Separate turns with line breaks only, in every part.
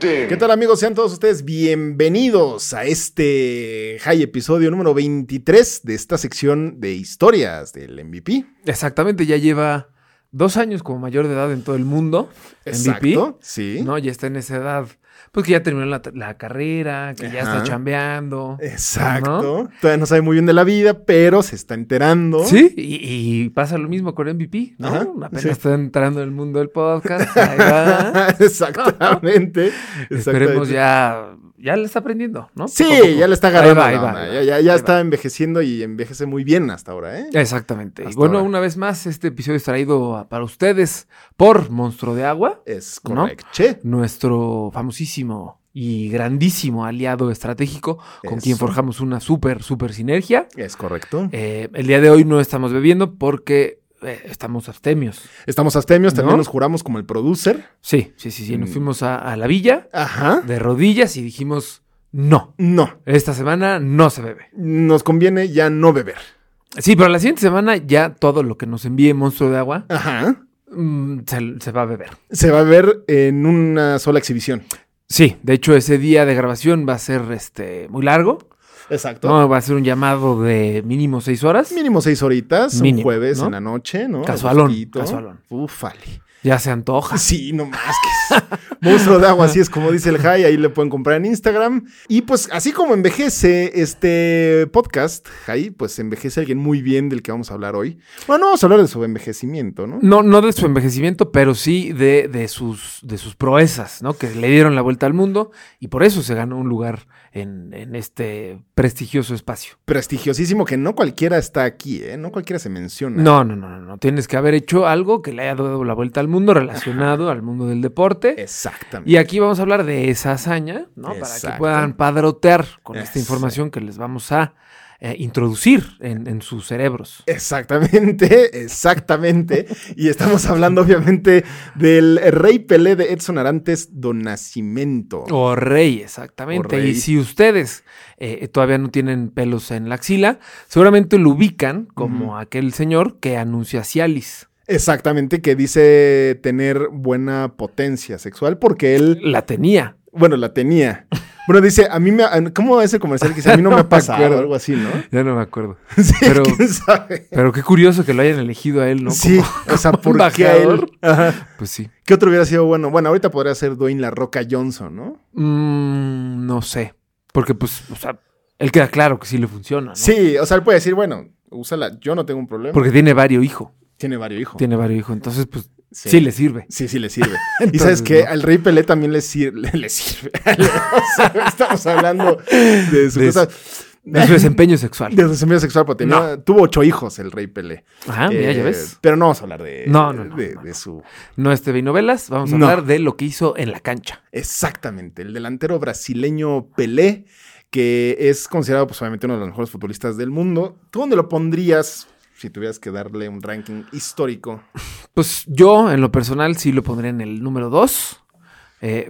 ding.
¿Qué tal amigos? Sean todos ustedes bienvenidos a este high episodio número 23 de esta sección de historias del MVP.
Exactamente, ya lleva dos años como mayor de edad en todo el mundo. MVP.
sí.
No, ya está en esa edad. Pues que ya terminó la, la carrera, que ya
Ajá.
está chambeando.
Exacto. Todavía no sabe muy bien de la vida, pero se está enterando.
¿no? Sí, y, y pasa lo mismo con MVP, ¿no?
Ajá,
Apenas
sí.
está entrando en el mundo del podcast. ahí va.
Exactamente.
Esperemos
Exactamente.
ya, ya le está aprendiendo, ¿no?
Sí,
Poco a poco.
ya le está
Ahí
agarrando.
va,
la
ahí va,
onda.
ahí
ya ya,
va,
ya
ahí va.
está envejeciendo y envejece muy bien hasta ahora, ¿eh?
Exactamente. Y
Hasta
bueno,
ahora.
una vez más, este episodio es traído a- para ustedes por Monstruo de Agua.
Es
¿No?
correcto. Che.
nuestro famosísimo y grandísimo aliado estratégico con
Eso.
quien forjamos una súper, súper sinergia.
Es correcto.
Eh, el día de hoy no estamos bebiendo porque eh, estamos abstemios.
Estamos astemios, también
¿no?
nos juramos como el producer.
Sí, sí, sí, sí. Nos
Mm.
fuimos a, a la villa
Ajá.
de rodillas y dijimos, no,
No.
esta semana no se bebe.
Nos conviene ya no beber.
Sí, pero la siguiente semana ya todo lo que nos envíe Monstruo de Agua
Ajá.
mm, se, se va a beber.
Se va a ver en una sola exhibición.
Sí, de hecho ese día de grabación va a ser este, muy largo.
Exacto.
No, va a ser un llamado de mínimo seis horas.
Mínimo seis horitas, un
Mínimo,
jueves
¿no?
en la noche, ¿no?
Casualón,
Agustito.
casualón.
Ufale.
Ya se antoja.
Sí, no más que es. Monstruo de agua, así es como dice el High, ahí le pueden comprar en Instagram. Y pues así como envejece este podcast, High, pues envejece alguien muy bien del que vamos a hablar hoy. Bueno, no vamos a hablar de su envejecimiento, ¿no?
No, no de su envejecimiento, pero sí de, de, sus, de sus proezas, ¿no? Que le dieron la vuelta al mundo y por eso se ganó un lugar en, en este prestigioso espacio.
Prestigiosísimo que no cualquiera está aquí, ¿eh? No cualquiera se menciona.
No, no, no, no, no. Tienes que haber hecho algo que le haya dado la vuelta al mundo relacionado al mundo del
Eh,
deporte.
Exactamente.
Y aquí vamos a hablar de esa hazaña, ¿no? Para
Exacto.
que puedan padrotear con esta
Eso.
información que les vamos a eh, introducir en, en sus cerebros.
Exactamente, exactamente. y estamos hablando obviamente del Rey Pelé de Edson Arantes Donacimento.
O rey, exactamente.
O rey.
Y si ustedes eh, todavía no tienen pelos en la axila, seguramente lo ubican como aquel señor que anuncia Cialis.
Exactamente, que dice tener buena potencia sexual porque él,
La tenía.
bueno, la tenía. Bueno, dice, a mí me... a- ¿Cómo es el comercial que dice? A mí no,
No
me ha
me
pasado
acuerdo.
algo así, ¿no?
Ya no me acuerdo.
Sí,
Pero-
¿quién sabe?
Pero qué curioso que lo hayan elegido a él, ¿no?
sí,
Como-
o sea,
como
¿por qué a él?
embajador?
Ajá.
Pues sí.
¿Qué otro hubiera sido bueno? Bueno, ahorita podría ser Dwayne La Roca Johnson, ¿no?
Ah, Mm, no sé. Porque, pues, o sea, él queda claro que sí le funciona, ¿no?
Sí, o sea, él puede decir, bueno, úsala, yo no tengo un problema.
Porque tiene varios hijos.
tiene varios hijos.
Tiene varios hijos. Entonces, pues,
Sí.
sí, le sirve.
Sí, sí, le sirve. y sabes
Entonces,
que
¿no?
al Rey Pelé también le, sir- le, le sirve. O sea, estamos hablando de su
De
cosa.
De su desempeño sexual.
De su desempeño sexual, porque tenía- tuvo ocho hijos el Rey Pelé.
Ajá, Ah, mira, ya
Eh,
ves.
Pero no vamos a hablar de,
No, no, no,
de,
no,
de
no.
su.
No es TV y novelas. Vamos a
No.
hablar de lo que hizo en la cancha.
Exactamente, el delantero brasileño Pelé, que es considerado, pues obviamente, uno de los mejores futbolistas del mundo. ¿Tú dónde lo pondrías si tuvieras que darle un ranking histórico?
Pues yo, en lo personal, sí lo pondría en el número 2,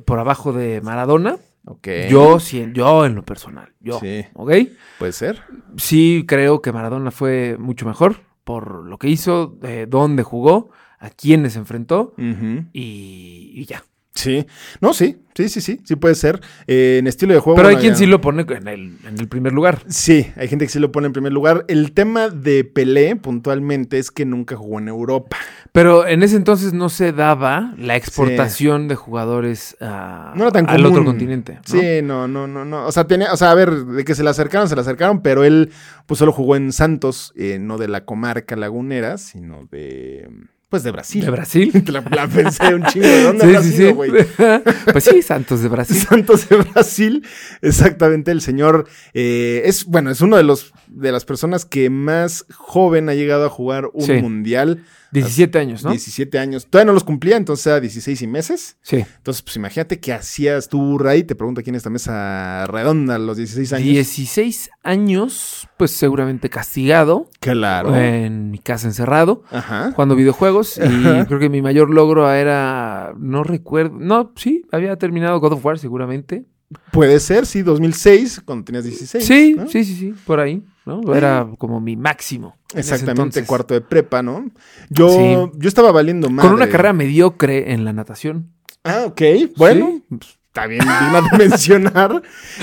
por abajo de Maradona.
Ok.
Yo, sí, en- yo en lo personal, yo.
Sí.
¿Ok?
Puede ser.
Sí creo que Maradona fue mucho mejor por lo que hizo, eh, dónde jugó, a quiénes enfrentó
Ujú.
y, y ya.
Sí, no, sí, sí, sí, sí, sí puede ser. Eh, en estilo de juego.
Pero hay
bueno,
quien
ya-
sí lo pone en el, en el primer lugar.
Sí, hay gente que sí lo pone en primer lugar. El tema de Pelé puntualmente es que nunca jugó en Europa.
Pero en ese entonces no se daba la exportación de jugadores a-
No era tan
al
común.
otro continente. ¿no?
Sí, no, no, no, no. O sea, tenía, o sea, a ver, de que se le acercaron, se le acercaron, pero él pues solo jugó en Santos, eh, no de la comarca lagunera, sino de mm, Pues de Brasil.
¿De Brasil?
Te la, la pensé un chingo. ¿De dónde habrá sido, güey?
pues sí, Santos de Brasil.
Santos de Brasil, exactamente. El señor eh, es, bueno, es uno de los de las personas que más joven ha llegado a jugar un
Sí.
mundial.
17 años, ¿no?
17 años. Todavía no los cumplía, entonces a 16 y meses.
Sí.
Entonces, pues imagínate que hacías tú, Ray, te pregunto aquí en esta mesa redonda, a los 16 años.
16 años, pues seguramente castigado,
Claro.
en mi casa encerrado,
Ajá.
jugando videojuegos. Y creo que mi mayor logro era, no recuerdo, no, sí, había terminado God of War seguramente.
Puede ser, sí, 2006, cuando tenías 16.
Sí,
¿no?
sí, sí, sí, por ahí, ¿no? Era como mi máximo. en ese
Exactamente,
entonces.
cuarto de prepa, ¿no? Yo, yo estaba valiendo más.
Con una carrera mediocre en la natación.
Ah, ok. Bueno,
Sí.
está bien, digna de mencionar.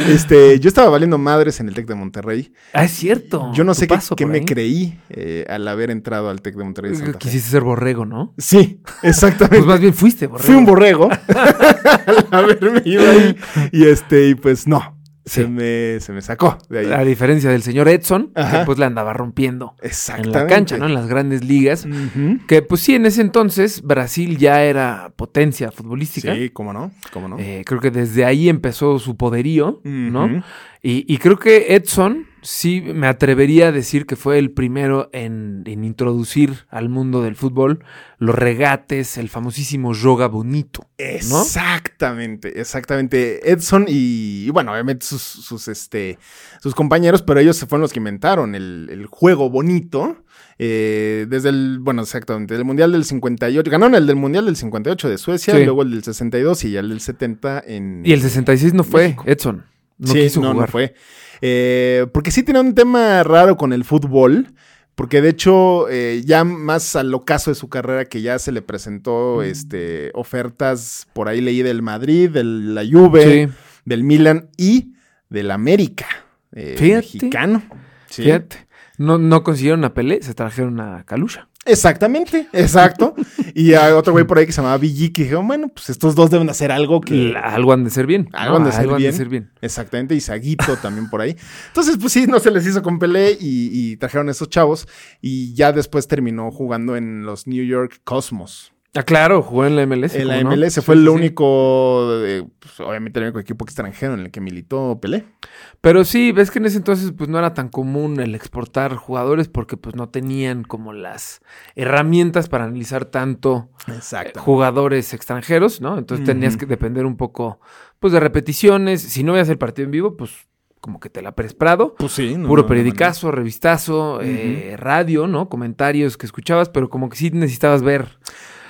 Este, yo estaba valiendo madres en el Tec de Monterrey.
Ah, es cierto.
Yo no
tu
sé qué,
paso
qué
por
me
ahí.
creí eh, al haber entrado al Tec de Monterrey de Santa Fe.
Quisiste ser borrego, ¿no?
Sí, exactamente.
Pues más bien fuiste borrego.
Fui un borrego al haberme ido ahí. Y este, y pues no. Se
Sí.
me, se me sacó de ahí.
A diferencia del señor Edson,
Ajá.
que pues la andaba rompiendo en
Exactamente.
la cancha, ¿no? En las grandes ligas.
Ujú.
Que pues sí, en ese entonces Brasil ya era potencia futbolística.
Sí, cómo no, cómo no.
Eh, creo que desde ahí empezó su poderío,
Ujú.
¿no? Y, y creo que Edson, sí me atrevería a decir que fue el primero en, en introducir al mundo del fútbol los regates, el famosísimo yoga bonito. ¿no?
Exactamente, exactamente. Edson y, y bueno, obviamente sus, sus, este, sus compañeros, pero ellos se fueron los que inventaron el, el juego bonito. eh, desde el, bueno, exactamente, del Mundial del 58. Ganaron el del Mundial del 58 de Suecia,
Sí.
y luego el del 62 y ya el del 70 en...
Y el 66 no fue Edson. No
sí,
quiso
no, no
jugar.
fue. Eh, porque sí tenía un tema raro con el fútbol. Porque de hecho, eh, ya más al ocaso de su carrera, que ya se le presentó este, ofertas, por ahí leí del Madrid, de la Juve,
Sí.
del Milan y del América. eh,
Fíjate.
Mexicano. Sí.
Fíjate. No, no consiguieron a Pelé, se trajeron a Calusha.
Exactamente, exacto. y hay otro güey por ahí que se llamaba Billy, que dijeron, bueno, pues estos dos deben hacer algo que.
Algo han de ser bien.
Algo han de ser bien.
ser bien.
Exactamente, y Saguito también por ahí. Entonces, pues sí, no se les hizo con Pelé y, y trajeron a esos chavos y ya después terminó jugando en los New York Cosmos.
Ah, claro, jugó en la MLS.
en la
¿cómo no?
MLS
Sí,
fue el
sí, sí.
único, eh, pues, obviamente el único equipo extranjero en el que militó Pelé.
Pero sí, ves que en ese entonces pues no era tan común el exportar jugadores porque pues no tenían como las herramientas para analizar tanto eh,
Exacto.
jugadores extranjeros, ¿no? Entonces tenías
Ujú.
que depender un poco pues de repeticiones. Si no veías el partido en vivo, pues como que te la presprado.
Pues sí, no,
Puro
no,
periodicazo, revistazo, eh, radio, ¿no? Comentarios que escuchabas, pero como que sí necesitabas ver
no.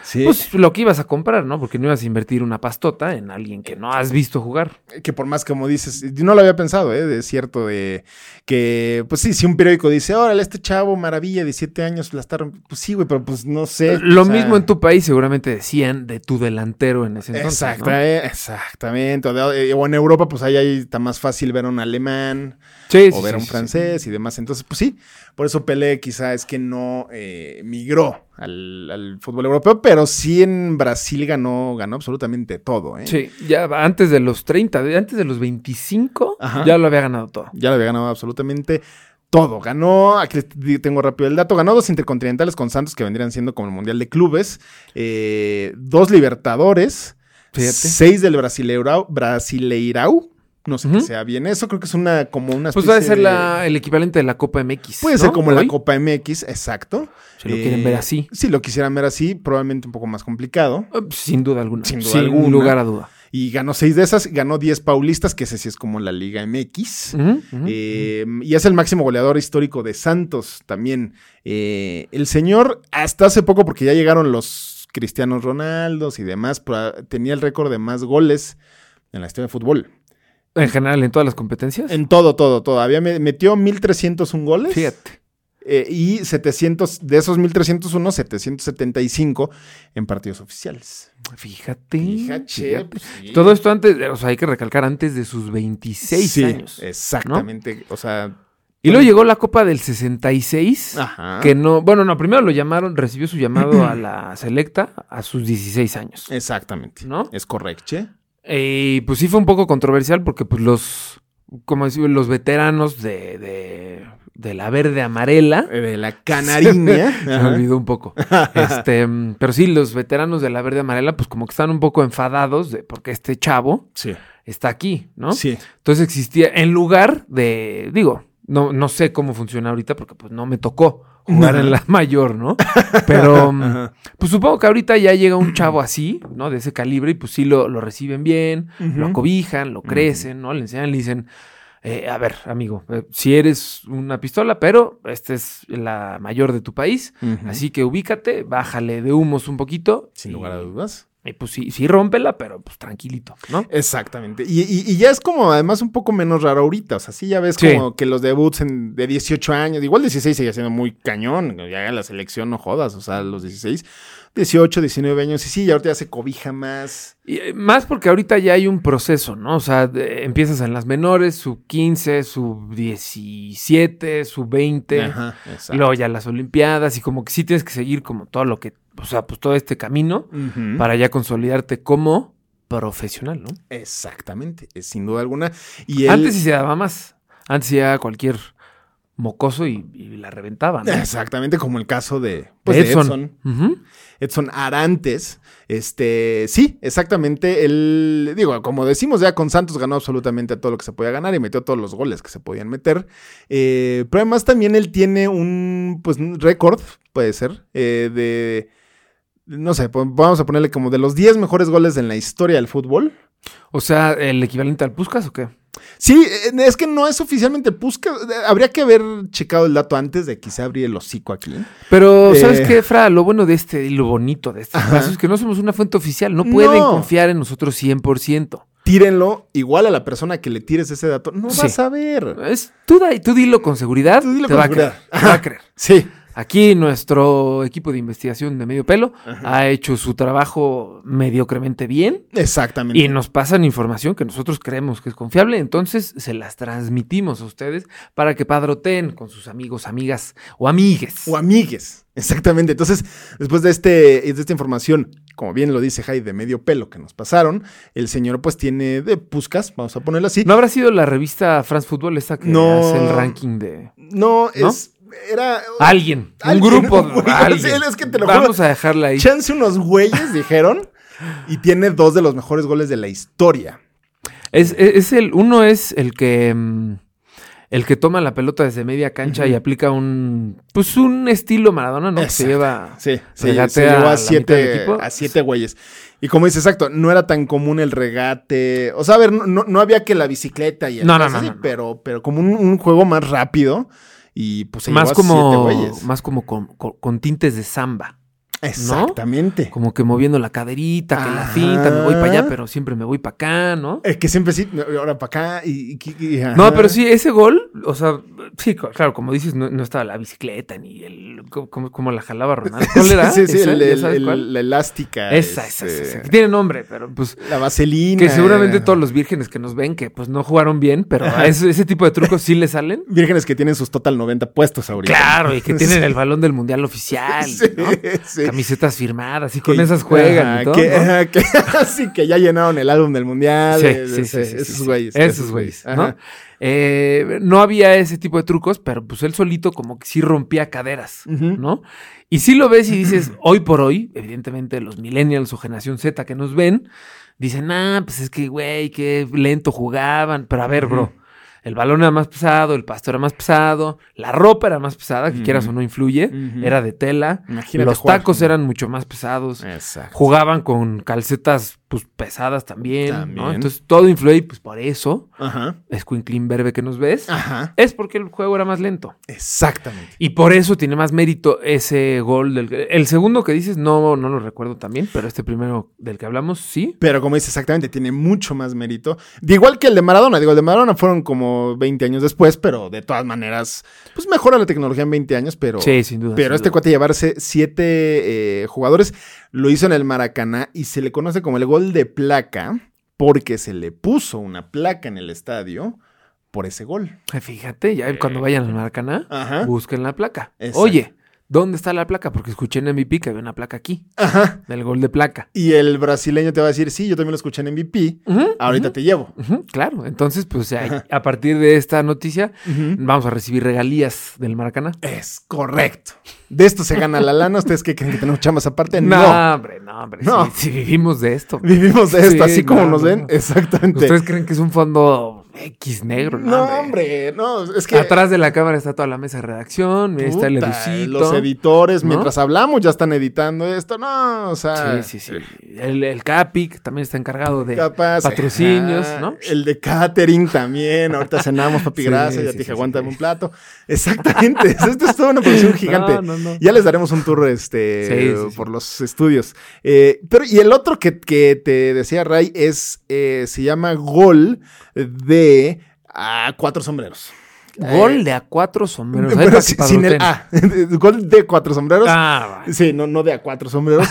Sí.
pues lo que ibas a comprar, ¿no? Porque no ibas a invertir una pastota en alguien que no has visto jugar.
que por más como dices, yo no lo había pensado, ¿eh? Es cierto de que, pues sí, si un periódico dice, órale, este chavo, maravilla, 17 años, la está romp-". Pues sí, güey, pero pues no sé.
Lo
o sea,
mismo en tu país seguramente decían de tu delantero en ese entonces. ¿no?
Exacta- eh, Exactamente. O, de- eh, o en Europa, pues ahí, ahí está más fácil ver a un alemán
Sí,
o
sí,
ver a
sí,
un
sí,
francés y demás. Entonces, pues sí, por eso Pelé quizá es que no eh, migró al, al fútbol europeo, pero sí en Brasil ganó, ganó absolutamente todo. ¿eh?
Sí, Sí, ya antes de los 30, de- antes de los 25,
Ajá.
ya lo había ganado todo.
Ya lo había ganado absolutamente todo. Ganó, aquí les di- tengo rápido el dato, ganó dos intercontinentales con Santos que vendrían siendo como el Mundial de Clubes, eh, dos Libertadores,
Fíjate.
seis del Brasileirao, Brasileirao. No sé qué
Ujú.
sea bien eso, creo que es una como una
Pues va a
especie
ser
de-
la- el equivalente de la Copa MX.
Puede
¿no?
ser como
Hoy,
la Copa MX, exacto.
Si lo quieren ver así.
Si lo quisieran ver así, probablemente un poco más complicado.
eh, Sin duda alguna.
Sin
Sin,
duda alguna.
lugar a duda.
Y ganó seis de esas, ganó 10 paulistas, que ese sí es como la Liga MX.
Ujú, ujú.
Eh, y es el máximo goleador histórico de Santos también. Eh, el señor, hasta hace poco, porque ya llegaron los cristianos Ronaldos y demás, pra- tenía el récord de más goles en la historia de fútbol.
En general, en todas las competencias.
En todo, todo, todo. Había me- metió 1301 goles.
Fíjate.
eh, y 700, de esos 1301, 775 en partidos oficiales.
Fíjate.
Fíjate,
fíjate.
pues, sí.
Todo esto antes, de- o sea, hay que recalcar antes de sus 26
Sí,
años.
Exactamente. O sea,
Y luego llegó la Copa del 66.
ajá.
Que no, bueno, no, primero lo llamaron, recibió su llamado a la selecta a sus 16 años.
Eh. Exactamente.
¿No?
Es correcto. che.
Y pues sí fue un poco controversial porque pues los, como decir, los veteranos de, de de la verde amarela.
Eh, De la canariña.
Se me
¿eh? Ajá.
olvidó un poco. Este, mm, pero sí, los veteranos de la verde amarela, pues como que están un poco enfadados de porque este chavo
Sí.
está aquí, ¿no?
Sí.
Entonces existía, en lugar de, digo, no, no sé cómo funciona ahorita porque pues no me tocó jugar en la mayor, ¿no? Pero mm, pues supongo que ahorita ya llega un chavo así, ¿no? De ese calibre y pues sí lo, lo reciben bien, lo acobijan, lo crecen, ¿no? Le enseñan, le dicen, eh, a ver, amigo, si eres una pistola, pero esta es la mayor de tu país,
Ujú.
así que ubícate, bájale de humos un poquito.
Sin
y-
lugar a dudas.
Y pues sí, sí rómpela, pero pues tranquilito, ¿no?
Exactamente. Y, y- y ya es como además un poco menos raro ahorita. O sea, sí ya ves
Sí.
como que los debuts en- de 18 años, igual 16 sigue siendo muy cañón. Ya la selección no jodas. O sea, los 16, 18, 19 años. Y sí, ya ahorita ya se cobija más.
Y, eh, más porque ahorita ya hay un proceso, ¿no? O sea, de- empiezas en las menores, sub 15, sub 17, sub 20,
exacto.
luego ya las Olimpiadas y como que sí tienes que seguir como todo lo que, o sea, pues todo este camino
Ujú.
para ya consolidarte como profesional, ¿no?
Exactamente, es sin duda alguna. Y él-
Antes sí se daba más, antes sí llegaba cualquier mocoso y, y la reventaban. ¿no?
Exactamente como el caso de, pues, de
Edson.
Edson.
Ujú.
Edson Arantes. Este, sí, exactamente. Él, digo, como decimos ya con Santos, ganó absolutamente todo lo que se podía ganar y metió todos los goles que se podían meter. Eh, pero además también él tiene un, pues, un récord, puede ser, eh, de, no sé, pon- vamos a ponerle como de los 10 mejores goles en la historia del fútbol.
O sea, el equivalente al Puskas o qué?
Sí, eh, es que no es oficialmente Puskas. Eh, Habría que haber checado el dato antes de quizá abrir el hocico aquí.
Pero, ¿sabes
Eh.
qué, Fra? Lo bueno de este y lo bonito de este espacio es que no somos una fuente oficial. No pueden
No.
confiar en nosotros 100%.
Tírenlo igual a la persona que le tires ese dato. No
Sí. Eh,
vas a ver.
Es, tú, da- tú dilo con seguridad.
Tú dilo
te
con
va
seguridad.
A creer, te va a creer.
Sí.
Aquí nuestro equipo de investigación de medio pelo ha hecho su trabajo mediocremente bien
Exactamente.
y nos pasan información que nosotros creemos que es confiable. Entonces se las transmitimos a ustedes para que padroteen con sus amigos, amigas o amigues.
O amigues. Exactamente. Entonces, después de, este, de esta información, como bien lo dice Jai, de medio pelo que nos pasaron, el señor pues tiene de puscas, vamos a ponerlo así.
¿No habrá sido la revista France Football esta que
No.
hace el ranking de...?
No, es. Era.
Alguien, un
Alguien,
grupo.
un güey,
alguien.
sí, es que te lo juro.
Vamos a dejarla ahí.
Chance unos güeyes, dijeron. Y tiene dos de los mejores goles de la historia.
Es, es- es el, uno es el que mm, el que toma la pelota desde media cancha y aplica un pues un estilo Maradona, ¿no? Que se
Exacto.
lleva
Sí, se,
regatea
se llevó
la
a
mitad del
siete,
equipo.
a siete güeyes. Y como dice, exacto, no era tan común el regate. O sea, a ver, no, no- no había que la bicicleta y el
No, no,
cosas
no,
así,
no, no.
Pero, pero como un, un juego más rápido. Y pues se
más
llevó a
como
siete güeyes.
más como con, con- con tintes de samba,
Exactamente.
como que moviendo la caderita, que la
Ajá.
finta, me voy para allá, pero siempre me voy para acá, ¿no?
Es Eh, que siempre sí, ahora para acá y, y- y- ajá.
No, pero sí, ese gol, o sea, sí, co- claro, como dices, no, no estaba la bicicleta ni el. co- Como, como la jalaba Ronaldo. ¿Cuál era?
sí, sí,
¿Esa?
el-
¿Ya
el-
sabes
el-
cuál?
la elástica.
Esa, esa,
este,
esa, esa, que Tiene nombre, pero pues.
La vaselina.
Que seguramente
eh,
todos los vírgenes que nos ven que pues no jugaron bien, pero a ese, ese tipo de trucos sí le salen.
Vírgenes que tienen sus total 90 puestos ahorita.
Claro, y que tienen
Sí.
el balón del mundial oficial,
Sí,
¿no?
sí.
Camisetas firmadas y
Que-
con esas juegan
ajá,
y todo.
que,
¿no?
ajá, que- sí, que ya llenaron el álbum del mundial.
Sí,
eh,
sí, sí,
ese-
sí, sí,
esos
sí.
güeyes.
este, Esos güeyes, ¿no?
ajá.
Eh, no había ese tipo de trucos, pero pues él solito como que sí rompía caderas,
Ujú.
¿no? Y si lo ves y dices, hoy por hoy, evidentemente los millennials o generación Z que nos ven, dicen, ah, pues es que, güey, qué lento jugaban. Pero a ver, bro, el balón era más pesado, el pasto era más pesado, la ropa era más pesada, que quieras o no influye,
Ujú.
era de tela,
Imagínate
los
jugar.
tacos eran mucho más pesados
Exacto.
jugaban con calcetas pues pesadas también, ¿no?
También.
Entonces todo influye y pues por eso
Ajá.
es Queen Verbe que nos ves.
Ajá.
Es porque el juego era más lento.
Exactamente.
Y por eso tiene más mérito ese gol del... El segundo que dices no, no lo recuerdo también, pero este primero del que hablamos sí.
Pero como dice exactamente, tiene mucho más mérito. De igual que el de Maradona. Digo, el de Maradona fueron como 20 años después, pero de todas maneras, pues mejora la tecnología en 20 años, pero.
sí, sin duda.
Pero
sin
este
duda.
cuate llevarse siete eh, jugadores lo hizo en el Maracaná y se le conoce como el gol de placa porque se le puso una placa en el estadio por ese gol.
Fíjate, ya Eh, cuando vayan al Maracaná,
Eh. Ajá.
busquen la placa.
Exacto.
Oye, ¿dónde está la placa? Porque escuché en MVP que había una placa aquí,
Ajá.
del gol de placa.
Y el brasileño te va a decir, sí, yo también lo escuché en MVP,
Ujú,
ahorita te llevo.
ujú, claro, entonces, pues ahí- a partir de esta noticia, vamos a recibir regalías del Maracaná.
Es correcto. De esto se gana la lana. ¿Ustedes qué creen que tenemos chambas aparte?
No,
Eh, No.
hombre, no, hombre.
No.
Si, vivimos de esto.
Vivimos de esto,
Sí,
así como
no,
nos
no,
ven.
no.
Exactamente.
¿Ustedes creen que es un fondo X negro?
no, hombre. no, es que.
Atrás de la cámara está toda la mesa de redacción, ahí está el
puta,
Educito.
Los editores,
¿no?
mientras hablamos, ya están editando esto. No, o sea.
Sí, sí, sí. El, el Capi, que también está encargado de
Capaz.
patrocinios,
ajá,
¿no?
El de catering también. Ahorita cenamos, papi,
Sí,
gracias. Ya
sí,
te dije,
sí,
aguántame
sí.
un plato. Exactamente. Esto es toda una producción gigante.
No, no, no.
Ya les daremos un tour este,
Sí, sí, sí.
por los estudios. Eh, pero, y el otro que, que te decía Ray es, eh, se llama Gol de ah, Cuatro Sombreros.
Gol de a cuatro sombreros. Ahí
eh, Pero
para
sin
que
sin el
padroteen.
A. Gol de Cuatro Sombreros.
Ah, va.
Sí, no, no de a cuatro sombreros.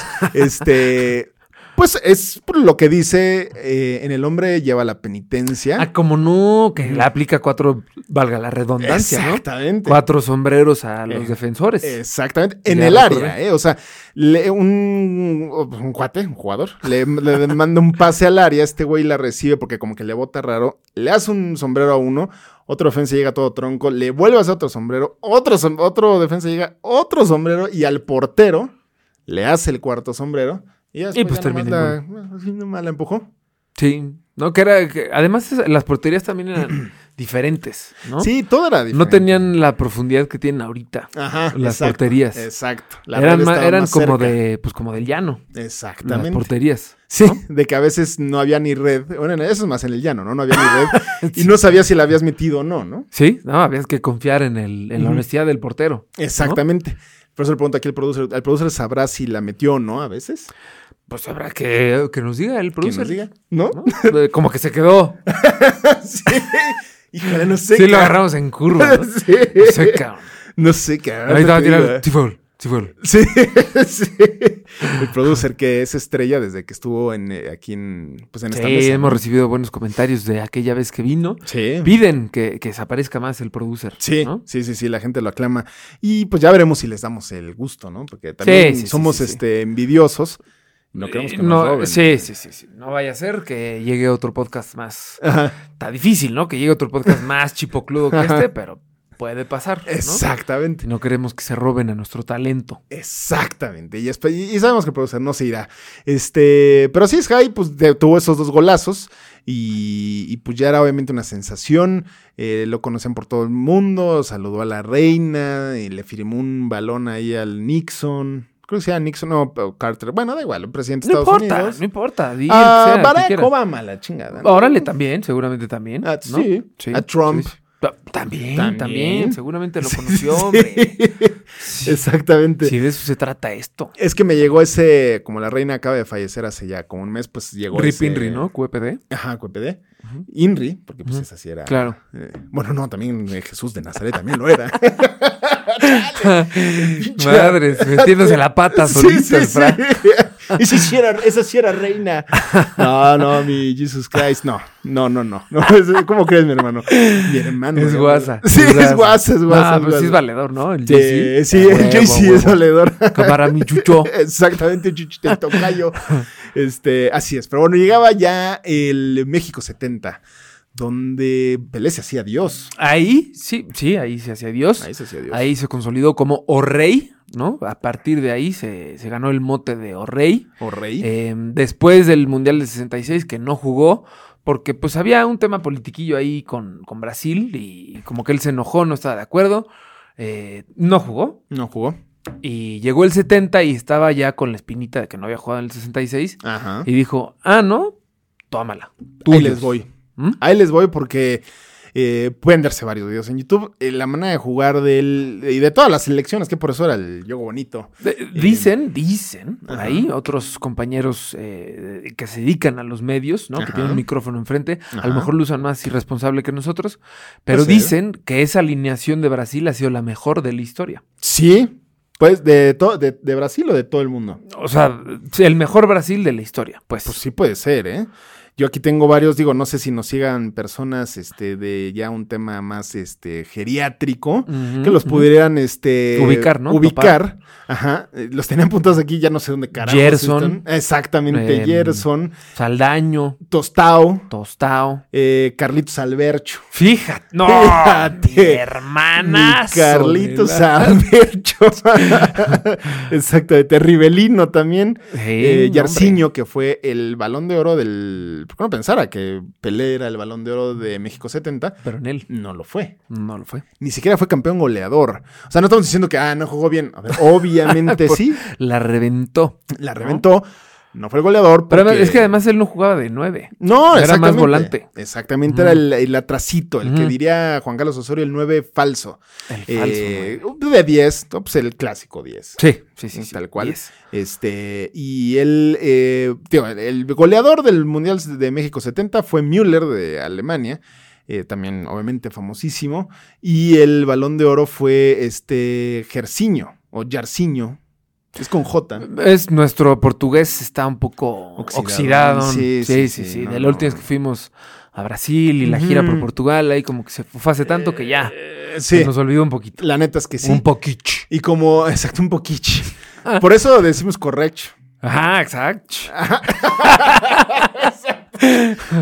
este. Pues es por lo que dice eh, en el hombre lleva la penitencia.
Ah, como no, que la aplica cuatro, valga la redundancia, ¿no?
Exactamente.
Cuatro sombreros a los
Eh,
defensores.
Exactamente. En
Ya
el
me
área,
acordé.
¿eh? O sea, le- un, un cuate, un jugador, le, le manda un pase al área. Este güey la recibe porque como que le bota raro. Le hace un sombrero a uno. Otro defensa llega todo tronco. Le vuelve a hacer otro sombrero. Otro, som- otro defensa llega otro sombrero. Y al portero le hace el cuarto sombrero. Y, ya después
pues
ya nomás
termina el
la- así nomás la empujó.
Sí. No, que era. que- además, es- las porterías también eran diferentes, ¿no?
Sí, todo era diferente.
No tenían la profundidad que tienen ahorita.
Ajá,
las
exacto,
porterías.
Exacto. La
eran
red
ma-
estaba
eran
más
como
cerca.
de, pues como del llano, las
Exactamente.
porterías.
Sí, de que a veces no había ni red. Bueno, eso es más en el llano, ¿no? No había ni red. Y no sabías si la habías metido o no, ¿no?
Sí, no, habías que confiar en, el, en la honestidad del portero.
Exactamente. Por eso le pregunto aquí al producer. ¿Al producer sabrá si la metió o no a veces?
Pues habrá que, que nos diga el
Que
producer.
nos diga. ¿No?
¿no? Eh, Como que se quedó.
sí. Híjole, no sé.
Sí, lo
cabrón.
agarramos en curva. ¿no?
Sí.
No sé, cabrón.
No sé, cabrón,
Ahí te va a
te digo,
tirar.
¿eh?
Sí, fue gol, sí, fue gol.
Sí, sí. El producer que es estrella desde que estuvo en, eh, aquí en, pues en esta
Sí,
mesa,
hemos
¿no?
recibido buenos comentarios de aquella vez que vino.
Sí.
Piden que, que desaparezca más el producer.
Sí,
¿no?
sí, sí, sí, la gente lo aclama. Y pues ya veremos si les damos el gusto, ¿no? Porque también
Sí, sí,
somos
sí, sí, sí.
este envidiosos. No queremos que
Eh,
nos
no,
roben.
sí, sí, sí, sí. No vaya a ser que llegue otro podcast más.
Ajá,
Está difícil, ¿no? Que llegue otro podcast más chipocludo que este, pero puede pasar. ¿no?
Exactamente.
No queremos que se roben a nuestro talento.
Exactamente. Y, esp- y- y sabemos que el producer no se irá. Este, pero sí, Sky, pues de- tuvo esos dos golazos. Y, y, pues ya era obviamente una sensación. eh, lo conocían por todo el mundo. Saludó a la reina. Y le firmó un balón ahí al Nixon. Creo que sea Nixon o o Carter. Bueno, da igual, el presidente de
No
Estados
importa,
Unidos.
no importa. di el que
Ah,
sea, el que
Barack
quieras.
Obama, la chingada. ¿no?
Órale, también, seguramente también.
Ah,
¿no?
sí. A Trump.
Ta- También,
También.
también, Seguramente lo conoció,
Sí.
hombre. Sí.
Exactamente.
Si de eso se trata esto.
Es que me llegó ese, como la reina acaba de fallecer hace ya como un mes, pues llegó
Rip
ese-
Inri, ¿no? QPD.
Ajá, QPD. Inri, porque pues esa sí era.
Claro.
eh, bueno, no, también eh, Jesús de Nazaret también lo era.
Madres, metiéndose la pata solita el Fra.
Esa sí era, esa sí era reina. No, no, mi Jesus Christ, no. No, no, no. no es- ¿Cómo crees, mi hermano? Mi hermano.
Es
mi
guasa.
hermano. Sí, es guasa, es guasa.
Ah,
es
pero sí
guasa.
es valedor, ¿no? El
Sí,
JC.
sí,
A
el
huevo,
Jay-Z
a
es
huevo.
valedor.
Cámara, mi chucho.
Exactamente, Chuchito Tocayo. Este, así es. Pero bueno, llegaba ya el México 70, donde Pelé se hacía Dios.
Ahí, sí, sí, ahí se hacía Dios.
Ahí se hacía Dios.
Ahí se consolidó como Orrey, ¿no? A partir de ahí se, se ganó el mote de Orrey.
O rey.
Eh, después del Mundial del 66, que no jugó, porque pues había un tema politiquillo ahí con, con Brasil y como que él se enojó, no estaba de acuerdo. eh, no jugó
no jugó.
y llegó el 70 y estaba ya con la espinita de que no había jugado en el 66
Ajá.
y dijo, ah, no, tómala.
Ahí
tuyos".
les voy.
¿Mm?
Ahí les voy porque eh, pueden verse varios videos en YouTube. Eh, la manera de jugar del, y de todas las selecciones, que por eso era el yogo bonito.
De- Dicen, dicen, por
Ajá.
ahí otros compañeros eh, que se dedican a los medios, ¿no? Que
Ajá.
tienen un micrófono enfrente, a
Ajá.
lo mejor lo usan más irresponsable que nosotros, pero
ser.
dicen que esa alineación de Brasil ha sido la mejor de la historia.
Sí. Pues de, to- de, de Brasil o de todo el mundo.
O sea, el mejor Brasil de la historia, pues.
Pues sí puede ser, ¿eh? Yo aquí tengo varios, digo, no sé si nos sigan personas este, de ya un tema más este, geriátrico,
Ujú,
que los
ujú.
pudieran este,
Ubicar, ¿no?
Ubicar. Ajá. Eh, Los tenían apuntados aquí, ya no sé dónde carajo.
Gerson.
Exactamente,
Em,
Gerson.
Saldaño,
Tostao.
Tostao.
eh, Carlitos Albercho.
Fíjate. No,
Fíjate.
hermanas.
Mi Carlitos Albercho. Exactamente. Rivelino también. Eh, Yarciño, que fue el balón de oro del. ¿Por qué no pensara que Pelé era el balón de oro de México 70?
Pero en él
No lo fue.
no lo fue.
Ni siquiera fue campeón goleador. O sea, no estamos diciendo que, ah, no jugó bien. A ver, obviamente sí.
La reventó.
La reventó. No fue el goleador.
Pero
porque-
es que además él no jugaba de nueve.
No,
Era más
exactamente.
volante.
Exactamente, era el, el atracito, el que
Ujú.
diría Juan Carlos Osorio, el 9 falso.
El falso.
Eh,
nueve.
de 10, no, pues el clásico 10.
Sí, sí, sí, sí.
Tal cual.
Yes.
Este, y él, eh, tío, el- el goleador del Mundial de México 70 fue Müller de Alemania, eh, también obviamente famosísimo, y el balón de oro fue este Gersinho o Jarcinho, es con J.
Es nuestro portugués está un poco
Oxidado.
oxidado. Sí, sí, sí.
no,
de
no,
la última vez
no.
que fuimos a Brasil y la gira por Portugal, ahí como que se fue hace tanto que ya
Eh,
se
sí,
nos olvidó un poquito.
la neta es que sí.
Un poquich.
Y como, exacto, un poquich. Por eso decimos correcto.
Ajá, exacto.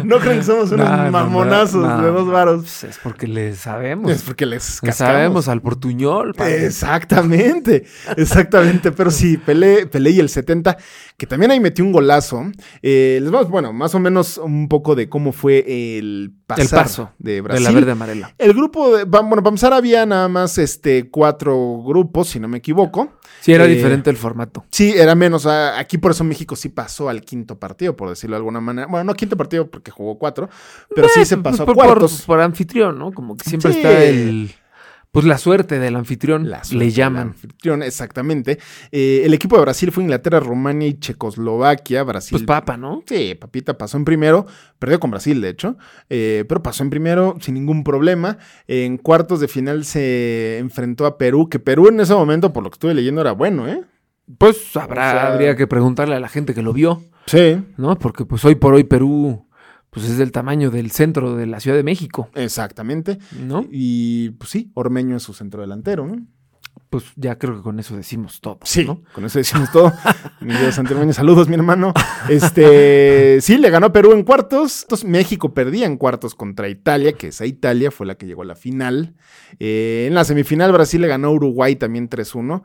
No creen que somos unos
No, no,
mamonazos
no,
de
no.
dos varos.
Pues es porque le sabemos.
Es porque les
le
cascamos.
sabemos al portuñol. padre.
Exactamente, exactamente. Pero sí, Pelé, Pelé y el 70, que también ahí metió un golazo. Eh, les vamos, bueno, más o menos un poco de cómo fue el,
el
pasar
paso
de
de
Brasil.
la verde amarela.
El grupo, de, va- bueno, para empezar había nada más este, cuatro grupos, si no me equivoco.
Sí, era
Eh,
diferente el formato.
Sí, era menos. a- Aquí por eso México sí pasó al quinto partido, por decirlo de alguna manera. Bueno, no quinto partido porque jugó cuatro, pero sí se pasó
por,
a cuartos.
por- por anfitrión, ¿no? Como que siempre
Sí.
está el. Pues la suerte del anfitrión,
La suerte
le
del
llaman.
anfitrión, exactamente. Eh, el equipo de Brasil fue Inglaterra, Rumania y Checoslovaquia. Brasil.
Pues papa, ¿no?
Sí, papita pasó en primero, perdió con Brasil de hecho, eh, pero pasó en primero sin ningún problema. En cuartos de final se enfrentó a Perú, que Perú en ese momento, por lo que estuve leyendo, era bueno, ¿eh?
Pues habrá,
O sea-
habría que preguntarle a la gente que lo vio,
Sí,
¿no? Porque pues hoy por hoy Perú, pues es del tamaño del centro de la Ciudad de México,
exactamente.
¿no?
Y pues sí, Ormeño es su centrodelantero, ¿no?
Pues ya creo que con eso decimos todo,
Sí,
¿no?
con eso decimos todo. mi querido Santi Ormeño, saludos, mi hermano. Este, sí, le ganó a Perú en cuartos. Entonces, México perdía en cuartos contra Italia, que esa Italia fue la que llegó a la final. Eh, en la semifinal, Brasil le ganó a Uruguay también 3-1.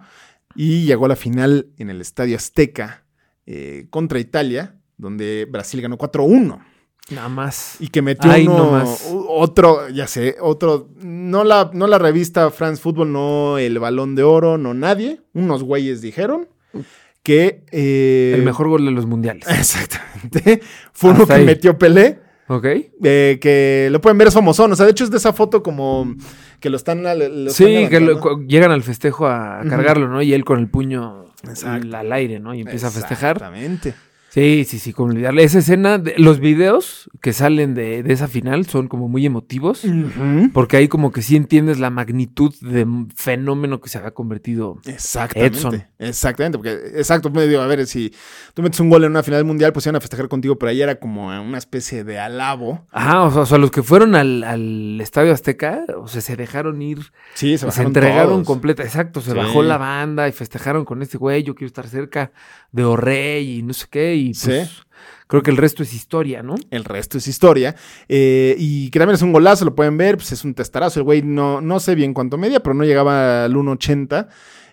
Y llegó a la final en el Estadio Azteca eh, contra Italia, donde Brasil ganó 4-1.
Nada más.
Y que metió
Ay,
uno-
no más.
u- otro, ya sé, otro, no la, no la revista France Football, no el Balón de Oro, no nadie. Unos güeyes dijeron que... eh,
el mejor gol de los mundiales.
Exactamente. Fue uno
Hasta
que
ahí.
metió Pelé,
¿Ok?
eh, que lo pueden ver, somos O sea, de hecho es de esa foto como que lo están... al- lo están
Sí, que lo-
levantando.
cu- llegan al festejo a
Ujú.
cargarlo, ¿no? Y él con el puño
Exacto.
al aire, ¿no? Y empieza a festejar.
Exactamente.
Sí, sí, sí, como olvidarle. Esa escena, de- los videos que salen de, de esa final son como muy emotivos. Porque ahí como que sí entiendes la magnitud de m- fenómeno que se había convertido.
Exactamente.
Edson.
Exactamente, porque exacto, me digo, a ver, si tú metes un gol en una final mundial, pues iban a festejar contigo, pero ahí era como una especie de alabo.
Ajá, o sea, o sea, los que fueron al, al Estadio Azteca, o sea, se dejaron ir,
Sí,
se,
bajaron
entregaron
todos.
completa, exacto, se
Sí.
bajó la banda y festejaron con este güey, yo quiero estar cerca de Orrey y no sé qué, y pues
Sí.
creo que el resto es historia, ¿no?
El resto es historia. Eh, y que también es un golazo, lo pueden ver, pues es un testarazo. El güey no, no sé bien cuánto media, pero no llegaba al 1.80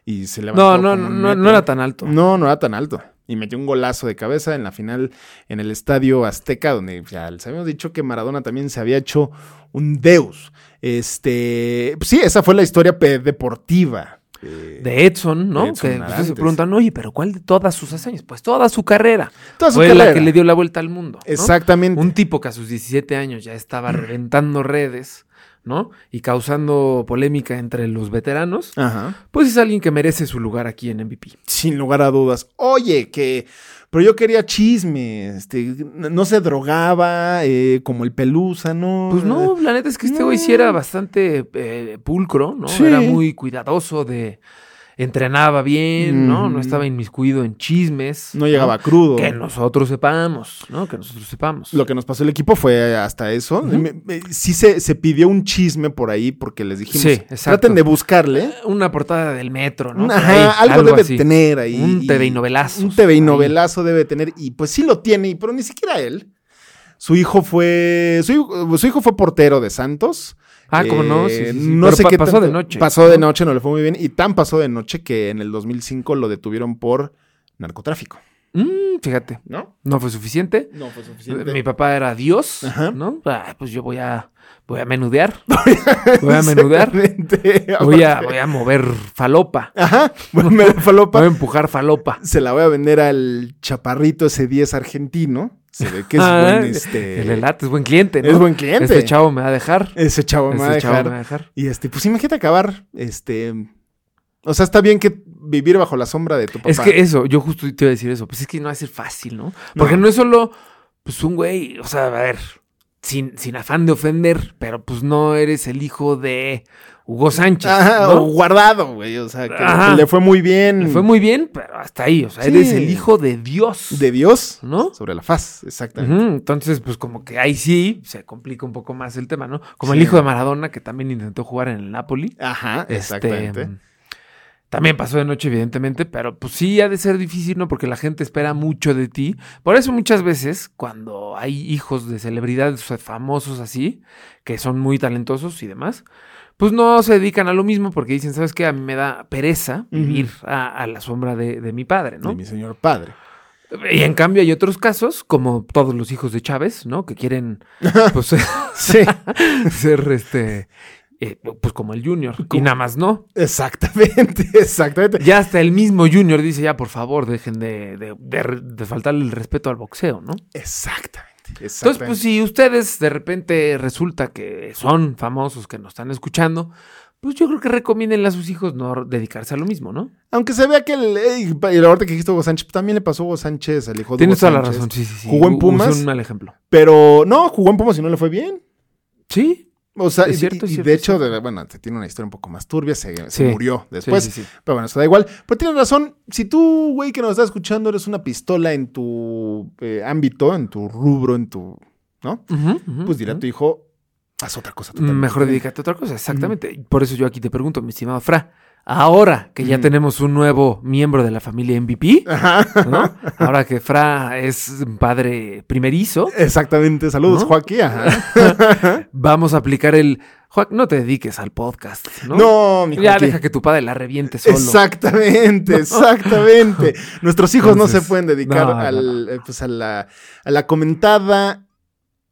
y se levantó.
No, no,
como un
no,
metro.
no era tan alto.
No, no era tan alto. Y metió un golazo de cabeza en la final en el Estadio Azteca, donde ya les habíamos dicho que Maradona también se había hecho un deus. Este, pues sí, esa fue la historia pe- deportiva. Eh,
de Edson, ¿no?
Edson
que ustedes
Arantes.
se preguntan, oye, pero ¿cuál de todas sus hazañas? Pues toda su carrera.
toda su
Fue la
carrera.
que le dio la vuelta al mundo. ¿no?
Exactamente.
Un tipo que a sus 17 años ya estaba reventando redes, ¿no? Y causando polémica entre los veteranos.
Ajá.
Pues es alguien que merece su lugar aquí en MVP.
Sin lugar a dudas. Oye, que. Pero yo quería chisme. Este, no se drogaba eh, como el Pelusa, ¿no?
Pues no, la neta es que este güey sí era bastante eh, pulcro, ¿no?
Sí.
Era muy cuidadoso de entrenaba bien, ¿no? No estaba inmiscuido en chismes.
No llegaba crudo.
Que nosotros sepamos, ¿no? Que nosotros sepamos.
Lo que nos pasó el equipo fue hasta eso. Me- me- sí se, se pidió un chisme por ahí porque les dijimos,
Sí, exacto.
traten de buscarle.
Una portada del metro, ¿no?
Ajá,
Por ahí,
algo, debe
así.
tener ahí.
Un
y-
TV y novelazos.
Un TV y
ahí.
novelazo debe tener. Y pues sí lo tiene, y- pero ni siquiera él. Su hijo fue. Su, hijo- su hijo fue portero de Santos.
Ah, cómo no, sí, sí, sí.
No
Pero
sé
pa-
qué
pasó
tanto-
de noche.
Pasó de noche, no le fue muy bien. Y tan pasó de noche que en el 2005 lo detuvieron por narcotráfico,
Mm, fíjate,
¿no?
no fue suficiente.
No fue
Mi papá era Dios,
Ajá.
¿no? Ah, pues yo voy a, voy a menudear. voy a menudear. Voy a, voy a mover falopa.
Ajá. Bueno, me da falopa.
Voy a empujar falopa.
se la voy a vender al chaparrito ese 10 argentino. Se ve que es
Ah,
buen este.
El Elate es buen cliente, ¿no?
Es buen cliente.
Este chavo me va a dejar.
Ese chavo me va a
Este chavo
dejar.
me va a dejar.
Y este, pues imagínate acabar. Este. O sea, está bien que vivir bajo la sombra de tu papá.
Es que eso, yo justo te iba a decir eso. Pues es que no va a ser fácil, ¿no? Porque no, es solo, pues un güey, o sea, a ver, sin, sin afán de ofender, pero pues no eres el hijo de Hugo Sánchez.
Ajá,
¿no?
o guardado, güey. O sea, que
Ajá.
le fue muy bien.
Le fue muy bien, pero hasta ahí, o sea,
Sí.
eres el hijo de Dios.
De Dios.
¿No?
Sobre la faz, exactamente.
Ujú, Entonces, pues como que ahí sí se complica un poco más el tema, ¿no? Como el
Sí.
hijo de Maradona, que también intentó jugar en el Napoli.
Ajá,
Este,
exactamente.
también pasó de noche, evidentemente, pero pues sí ha de ser difícil, ¿no? Porque la gente espera mucho de ti. Por eso muchas veces, cuando hay hijos de celebridades o sea, famosos así, que son muy talentosos y demás, pues no se dedican a lo mismo porque dicen, ¿sabes qué? A mí me da pereza vivir a, a la sombra de, de mi padre, ¿no?
De mi señor padre.
Y en cambio hay otros casos, como todos los hijos de Chávez, ¿no? Que quieren pues,
Sí,
ser este. eh, pues como el Junior. Y nada más no.
exactamente, exactamente.
Ya hasta el mismo Junior dice: ya, por favor, dejen de, de, de- de faltarle el respeto al boxeo, ¿no?
Exactamente.
Entonces, pues si ustedes de repente resulta que son famosos que nos están escuchando, pues yo creo que recomienden a sus hijos no dedicarse a lo mismo, ¿no?
Aunque se vea que el, ey, y la ahorita que dijiste Hugo Sánchez, pues, también le pasó a Hugo Sánchez al hijo de
Tienes
Hugo
toda la
Sánchez.
razón. Sí, sí, sí.
Jugó en
U- usé
Pumas.
un mal ejemplo.
Pero no, jugó en Pumas y no le fue bien.
Sí.
O sea,
Es
y- y,
cierto, es
y
cierto,
de
es
hecho,
cierto.
de- bueno, te tiene una historia un poco más turbia, se, se
Sí.
murió después.
Sí, sí, sí.
Pero bueno, eso da igual. Pero tienes razón, si tú, güey, que nos estás escuchando, eres una pistola en tu eh, ámbito, en tu rubro, en tu, ¿no?
Ujú, ujú,
Pues dirá
ujú.
tu hijo, haz otra cosa. totalmente
Mejor
diferente.
dedícate a otra cosa, exactamente. Por eso yo aquí te pregunto, mi estimado Fra, ahora que ya tenemos un nuevo miembro de la familia MVP, ¿no? ahora que Fra es un padre primerizo,
Exactamente, saludos,
¿No?
Joaquín. Ajá.
vamos a aplicar el... Juan, no te dediques al podcast, ¿no?
No, mi
ya
Joaquín.
deja que tu padre la reviente solo.
Exactamente, exactamente. Nuestros hijos no
Entonces,
se pueden dedicar
no, no,
al, eh, pues, a, la, a la comentada,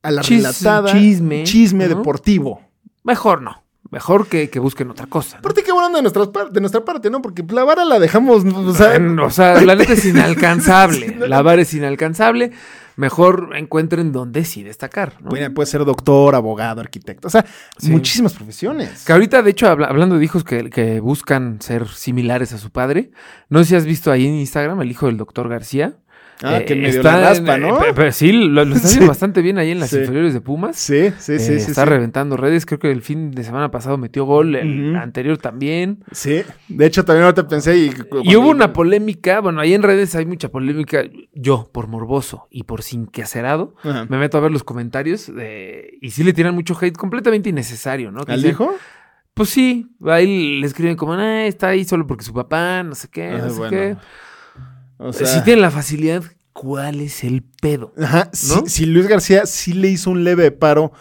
a la
Chis-
relatada,
chisme,
chisme
¿no?
deportivo.
Mejor no, mejor que, que busquen otra cosa. ¿no?
Aparte, qué bueno de, nuestras par- de nuestra parte, ¿no? Porque pues, la vara la dejamos, o sea,
O sea, la neta es inalcanzable, la vara es inalcanzable, mejor encuentren donde sí destacar. ¿no?
puede, puede ser doctor, abogado, arquitecto, o sea,
Sí.
muchísimas profesiones.
Que ahorita, de hecho, habla- hablando de hijos que, que buscan ser similares a su padre, no sé si has visto ahí en Instagram el hijo del doctor García.
Ah,
Eh,
que medio
está
la raspa,
en-
¿no?
eh, pe- pe- sí, lo, lo está haciendo
Sí.
bastante bien ahí en las
Sí.
inferiores de Pumas.
Sí, sí, sí,
Eh,
sí.
está
sí.
reventando redes. Creo que el fin de semana pasado metió gol, el
Ujú.
anterior también.
Sí. de hecho también ahorita pensé y...
Y hubo una polémica. Bueno, ahí en redes hay mucha polémica. Yo, por morboso y por sin quehacerado,
Ajá.
me meto a ver los comentarios eh, y sí le tiran mucho hate completamente innecesario, ¿no? Que
¿Al
dicen,
hijo?
Pues sí, ahí le escriben como, "Ah, está ahí solo porque su papá, no sé qué, no
Ah,
sé
bueno.
qué.
O sea...
si tienen la facilidad, ¿cuál es el pedo?
Ajá, si,
¿No?
si Luis García sí le hizo un leve paro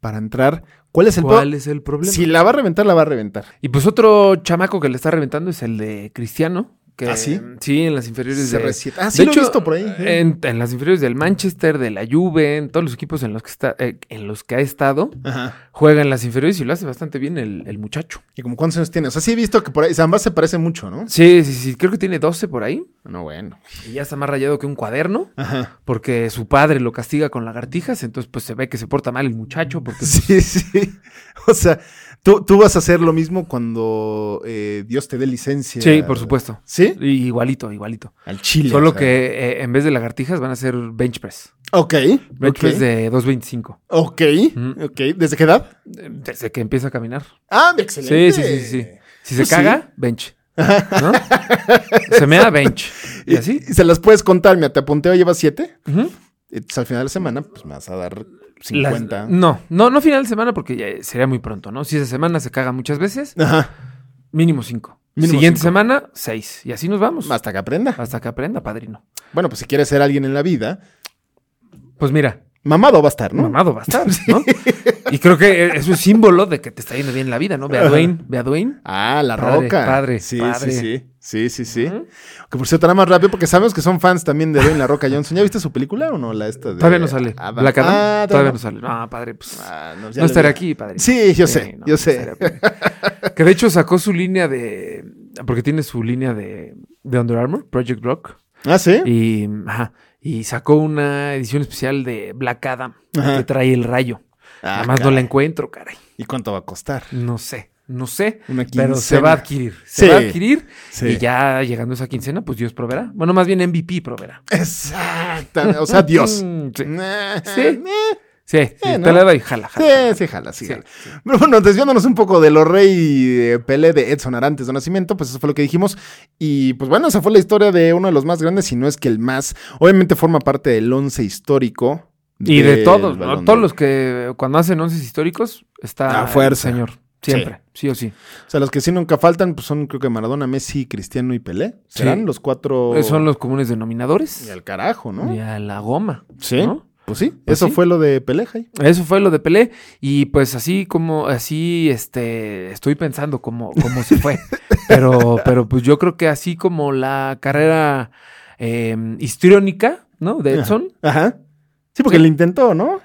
para entrar, ¿cuál es el
¿Cuál
pro-
es el problema?
Si la va a reventar, la va a reventar.
Y pues otro chamaco que le está reventando es el de Cristiano. Que,
¿Ah, sí?
Sí, en las inferiores de...
CR7. Ah, sí, lo he visto por ahí, eh. sí.
En, en las inferiores del Manchester, de la Juve, en todos los equipos en los que, está, eh, en los que ha estado,
Ajá.
juega en las inferiores y lo hace bastante bien el, el muchacho.
¿Y como cuántos años tiene? O sea, sí he visto que por ahí, Zambas se parece mucho, ¿no?
Sí, sí, sí, creo que tiene 12 por ahí.
No, bueno.
Y ya está más rayado que un cuaderno.
Ajá.
porque su padre lo castiga con lagartijas, entonces pues se ve que se porta mal el muchacho, porque pues,
Sí, sí. O sea, tú, tú vas a hacer lo mismo cuando eh, Dios te dé licencia.
sí, por supuesto.
¿Sí?
Y Igualito, igualito.
Al chile.
Solo
o sea.
que eh, en vez de lagartijas van a ser bench press.
Ok.
Bench
ok,
press de 2.25.
Ok.
Ujú.
Ok. ¿Desde qué edad?
eh, Desde que empieza a caminar.
Ah,
Sí,
excelente.
sí, sí, sí. Si se
Pues sí.
caga, bench. ¿no? Se me da bench. Y así.
se las puedes contar, mira, te apunteo, llevas siete. Entonces, al final de la semana, pues me vas a dar
Las-
50.
no, no, no final de semana porque ya sería muy pronto, ¿no? Si esa semana se caga muchas veces,
Ajá.
mínimo cinco.
Mínimo
Siguiente
cinco.
semana, seis. Y así nos vamos.
Hasta que aprenda.
Hasta que aprenda, padrino.
Bueno, pues si quieres ser alguien en la vida,
Pues mira,
mamado va a estar, ¿no?
mamado va a estar, ¿no? Y creo que e-, es un símbolo de que te está yendo bien la vida, ¿no? Ve a Dwayne, ve a Dwayne.
Ah, la
Padre,
roca.
padre,
sí,
padre.
sí, sí. Sí, sí, sí. Que por cierto, nada más rápido, porque sabemos que son fans también de Dwayne La Roca Johnson. ¿Ya viste su película o no? La esta de
Todavía no sale.
Adam-
Black Adam,
Ah,
todavía no sale. No, padre, pues.
Ah, no, ya
no
lo
estaré
vi.
aquí, padre.
Sí, yo sé, yo sé.
estaría bien. Que de hecho sacó su línea de. Porque tiene su línea de, de Under Armour, Project Rock.
Ah, sí.
Y, ajá, y sacó una edición especial de Black Adam
Ajá.
que trae el rayo.
Ah,
Nada más no la
caray.
encuentro, caray.
¿Y cuánto va a costar?
No sé, no sé.
Una
Pero se
quincena.
va a adquirir. Se
Sí,
va a adquirir.
sí.
Y ya llegando a esa quincena, pues Dios proveerá. Bueno, más bien MVP proveerá.
Exactamente. O sea, Dios.
Mm, sí.
Nah,
Sí.
eh.
Sí, sí,
Eh,
te
¿no?
la doy, jala,
Sí,
jala.
sí, jala, sí,
Sí,
jala. Pero bueno, desviándonos un poco de lo rey eh, Pelé de Edson Arantes de Nacimiento, pues eso fue lo que dijimos. Y pues bueno, esa fue la historia de uno de los más grandes, si no es que el más. Obviamente forma parte del once histórico.
Y de
del
todos, ¿no?
Balón de
todos
Oro.
los que cuando hacen once históricos, está
A fuerza.
el señor. Siempre, sí, o sí.
O sea, los que sí nunca faltan, pues son creo que Maradona, Messi, Cristiano y Pelé. Serán
Sí.
los cuatro.
Eh, Son los comunes denominadores.
Y al carajo, ¿no?
Y a la goma.
Sí.
¿no?
Pues sí,
Pues
eso
sí.
fue lo de Pelé, Jai.
Eso fue lo de Pelé y pues así como así este estoy pensando cómo, cómo se fue. Pero pero pues yo creo que así como la carrera eh, histriónica, ¿no? De Edson,
Ajá. Sí, porque lo intentó, ¿no?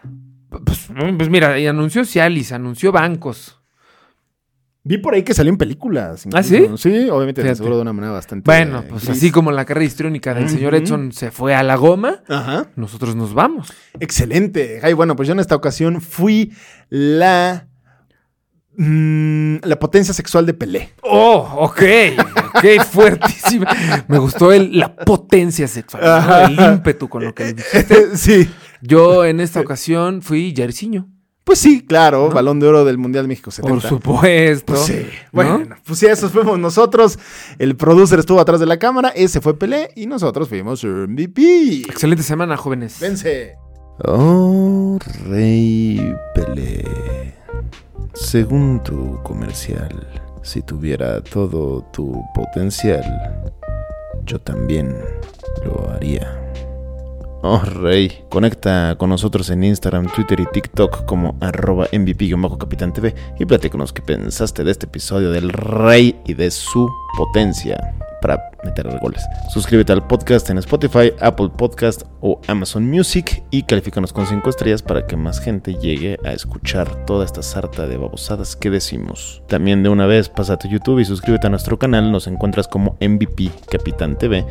pues, pues mira, y anunció Cialis, anunció bancos.
Vi por ahí que salió en películas.
¿Ah,
incluso. Sí, obviamente
Fíjate.
seguro de una manera bastante.
Bueno,
eh,
pues
gris.
así como la carrera histriónica del señor
Ujú.
Edson se fue a la goma,
Ajá.
nosotros nos vamos.
Excelente. Ay, bueno, pues yo en esta ocasión fui la. mm, la potencia sexual de Pelé.
Oh, ok, ok, fuertísima. Me gustó el, la potencia sexual, ¿no?
Ajá.
el ímpetu con lo que le dijiste.
Este, sí.
Yo en esta ocasión fui Jairzinho.
Pues sí, claro, balón de oro del Mundial México 70.
Por supuesto.
Pues sí.
¿no?
Bueno, pues sí, esos fuimos nosotros. El producer estuvo atrás de la cámara, ese fue Pelé y nosotros fuimos MVP.
Excelente semana, jóvenes.
Vence.
Oh, Rey Pelé. Según tu comercial, si tuviera todo tu potencial, yo también lo haría. Oh, Rey. Conecta con nosotros en Instagram, Twitter y TikTok como arroba MVP-Capitán TV y platícanos qué pensaste de este episodio del Rey y de su potencia para meter goles. Suscríbete al podcast en Spotify, Apple Podcast o Amazon Music y califícanos con 5 estrellas para que más gente llegue a escuchar toda esta sarta de babosadas que decimos. También de una vez pásate a YouTube y suscríbete a nuestro canal, nos encuentras como MVP Capitán TV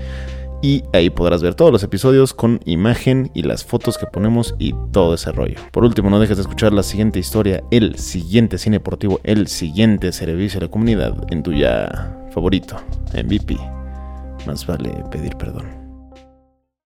y ahí podrás ver todos los episodios con imagen y las fotos que ponemos y todo ese rollo. Por último, no dejes de escuchar la siguiente historia, el siguiente cine deportivo, el siguiente servicio a la comunidad en tu ya favorito, MVP. Más vale pedir perdón.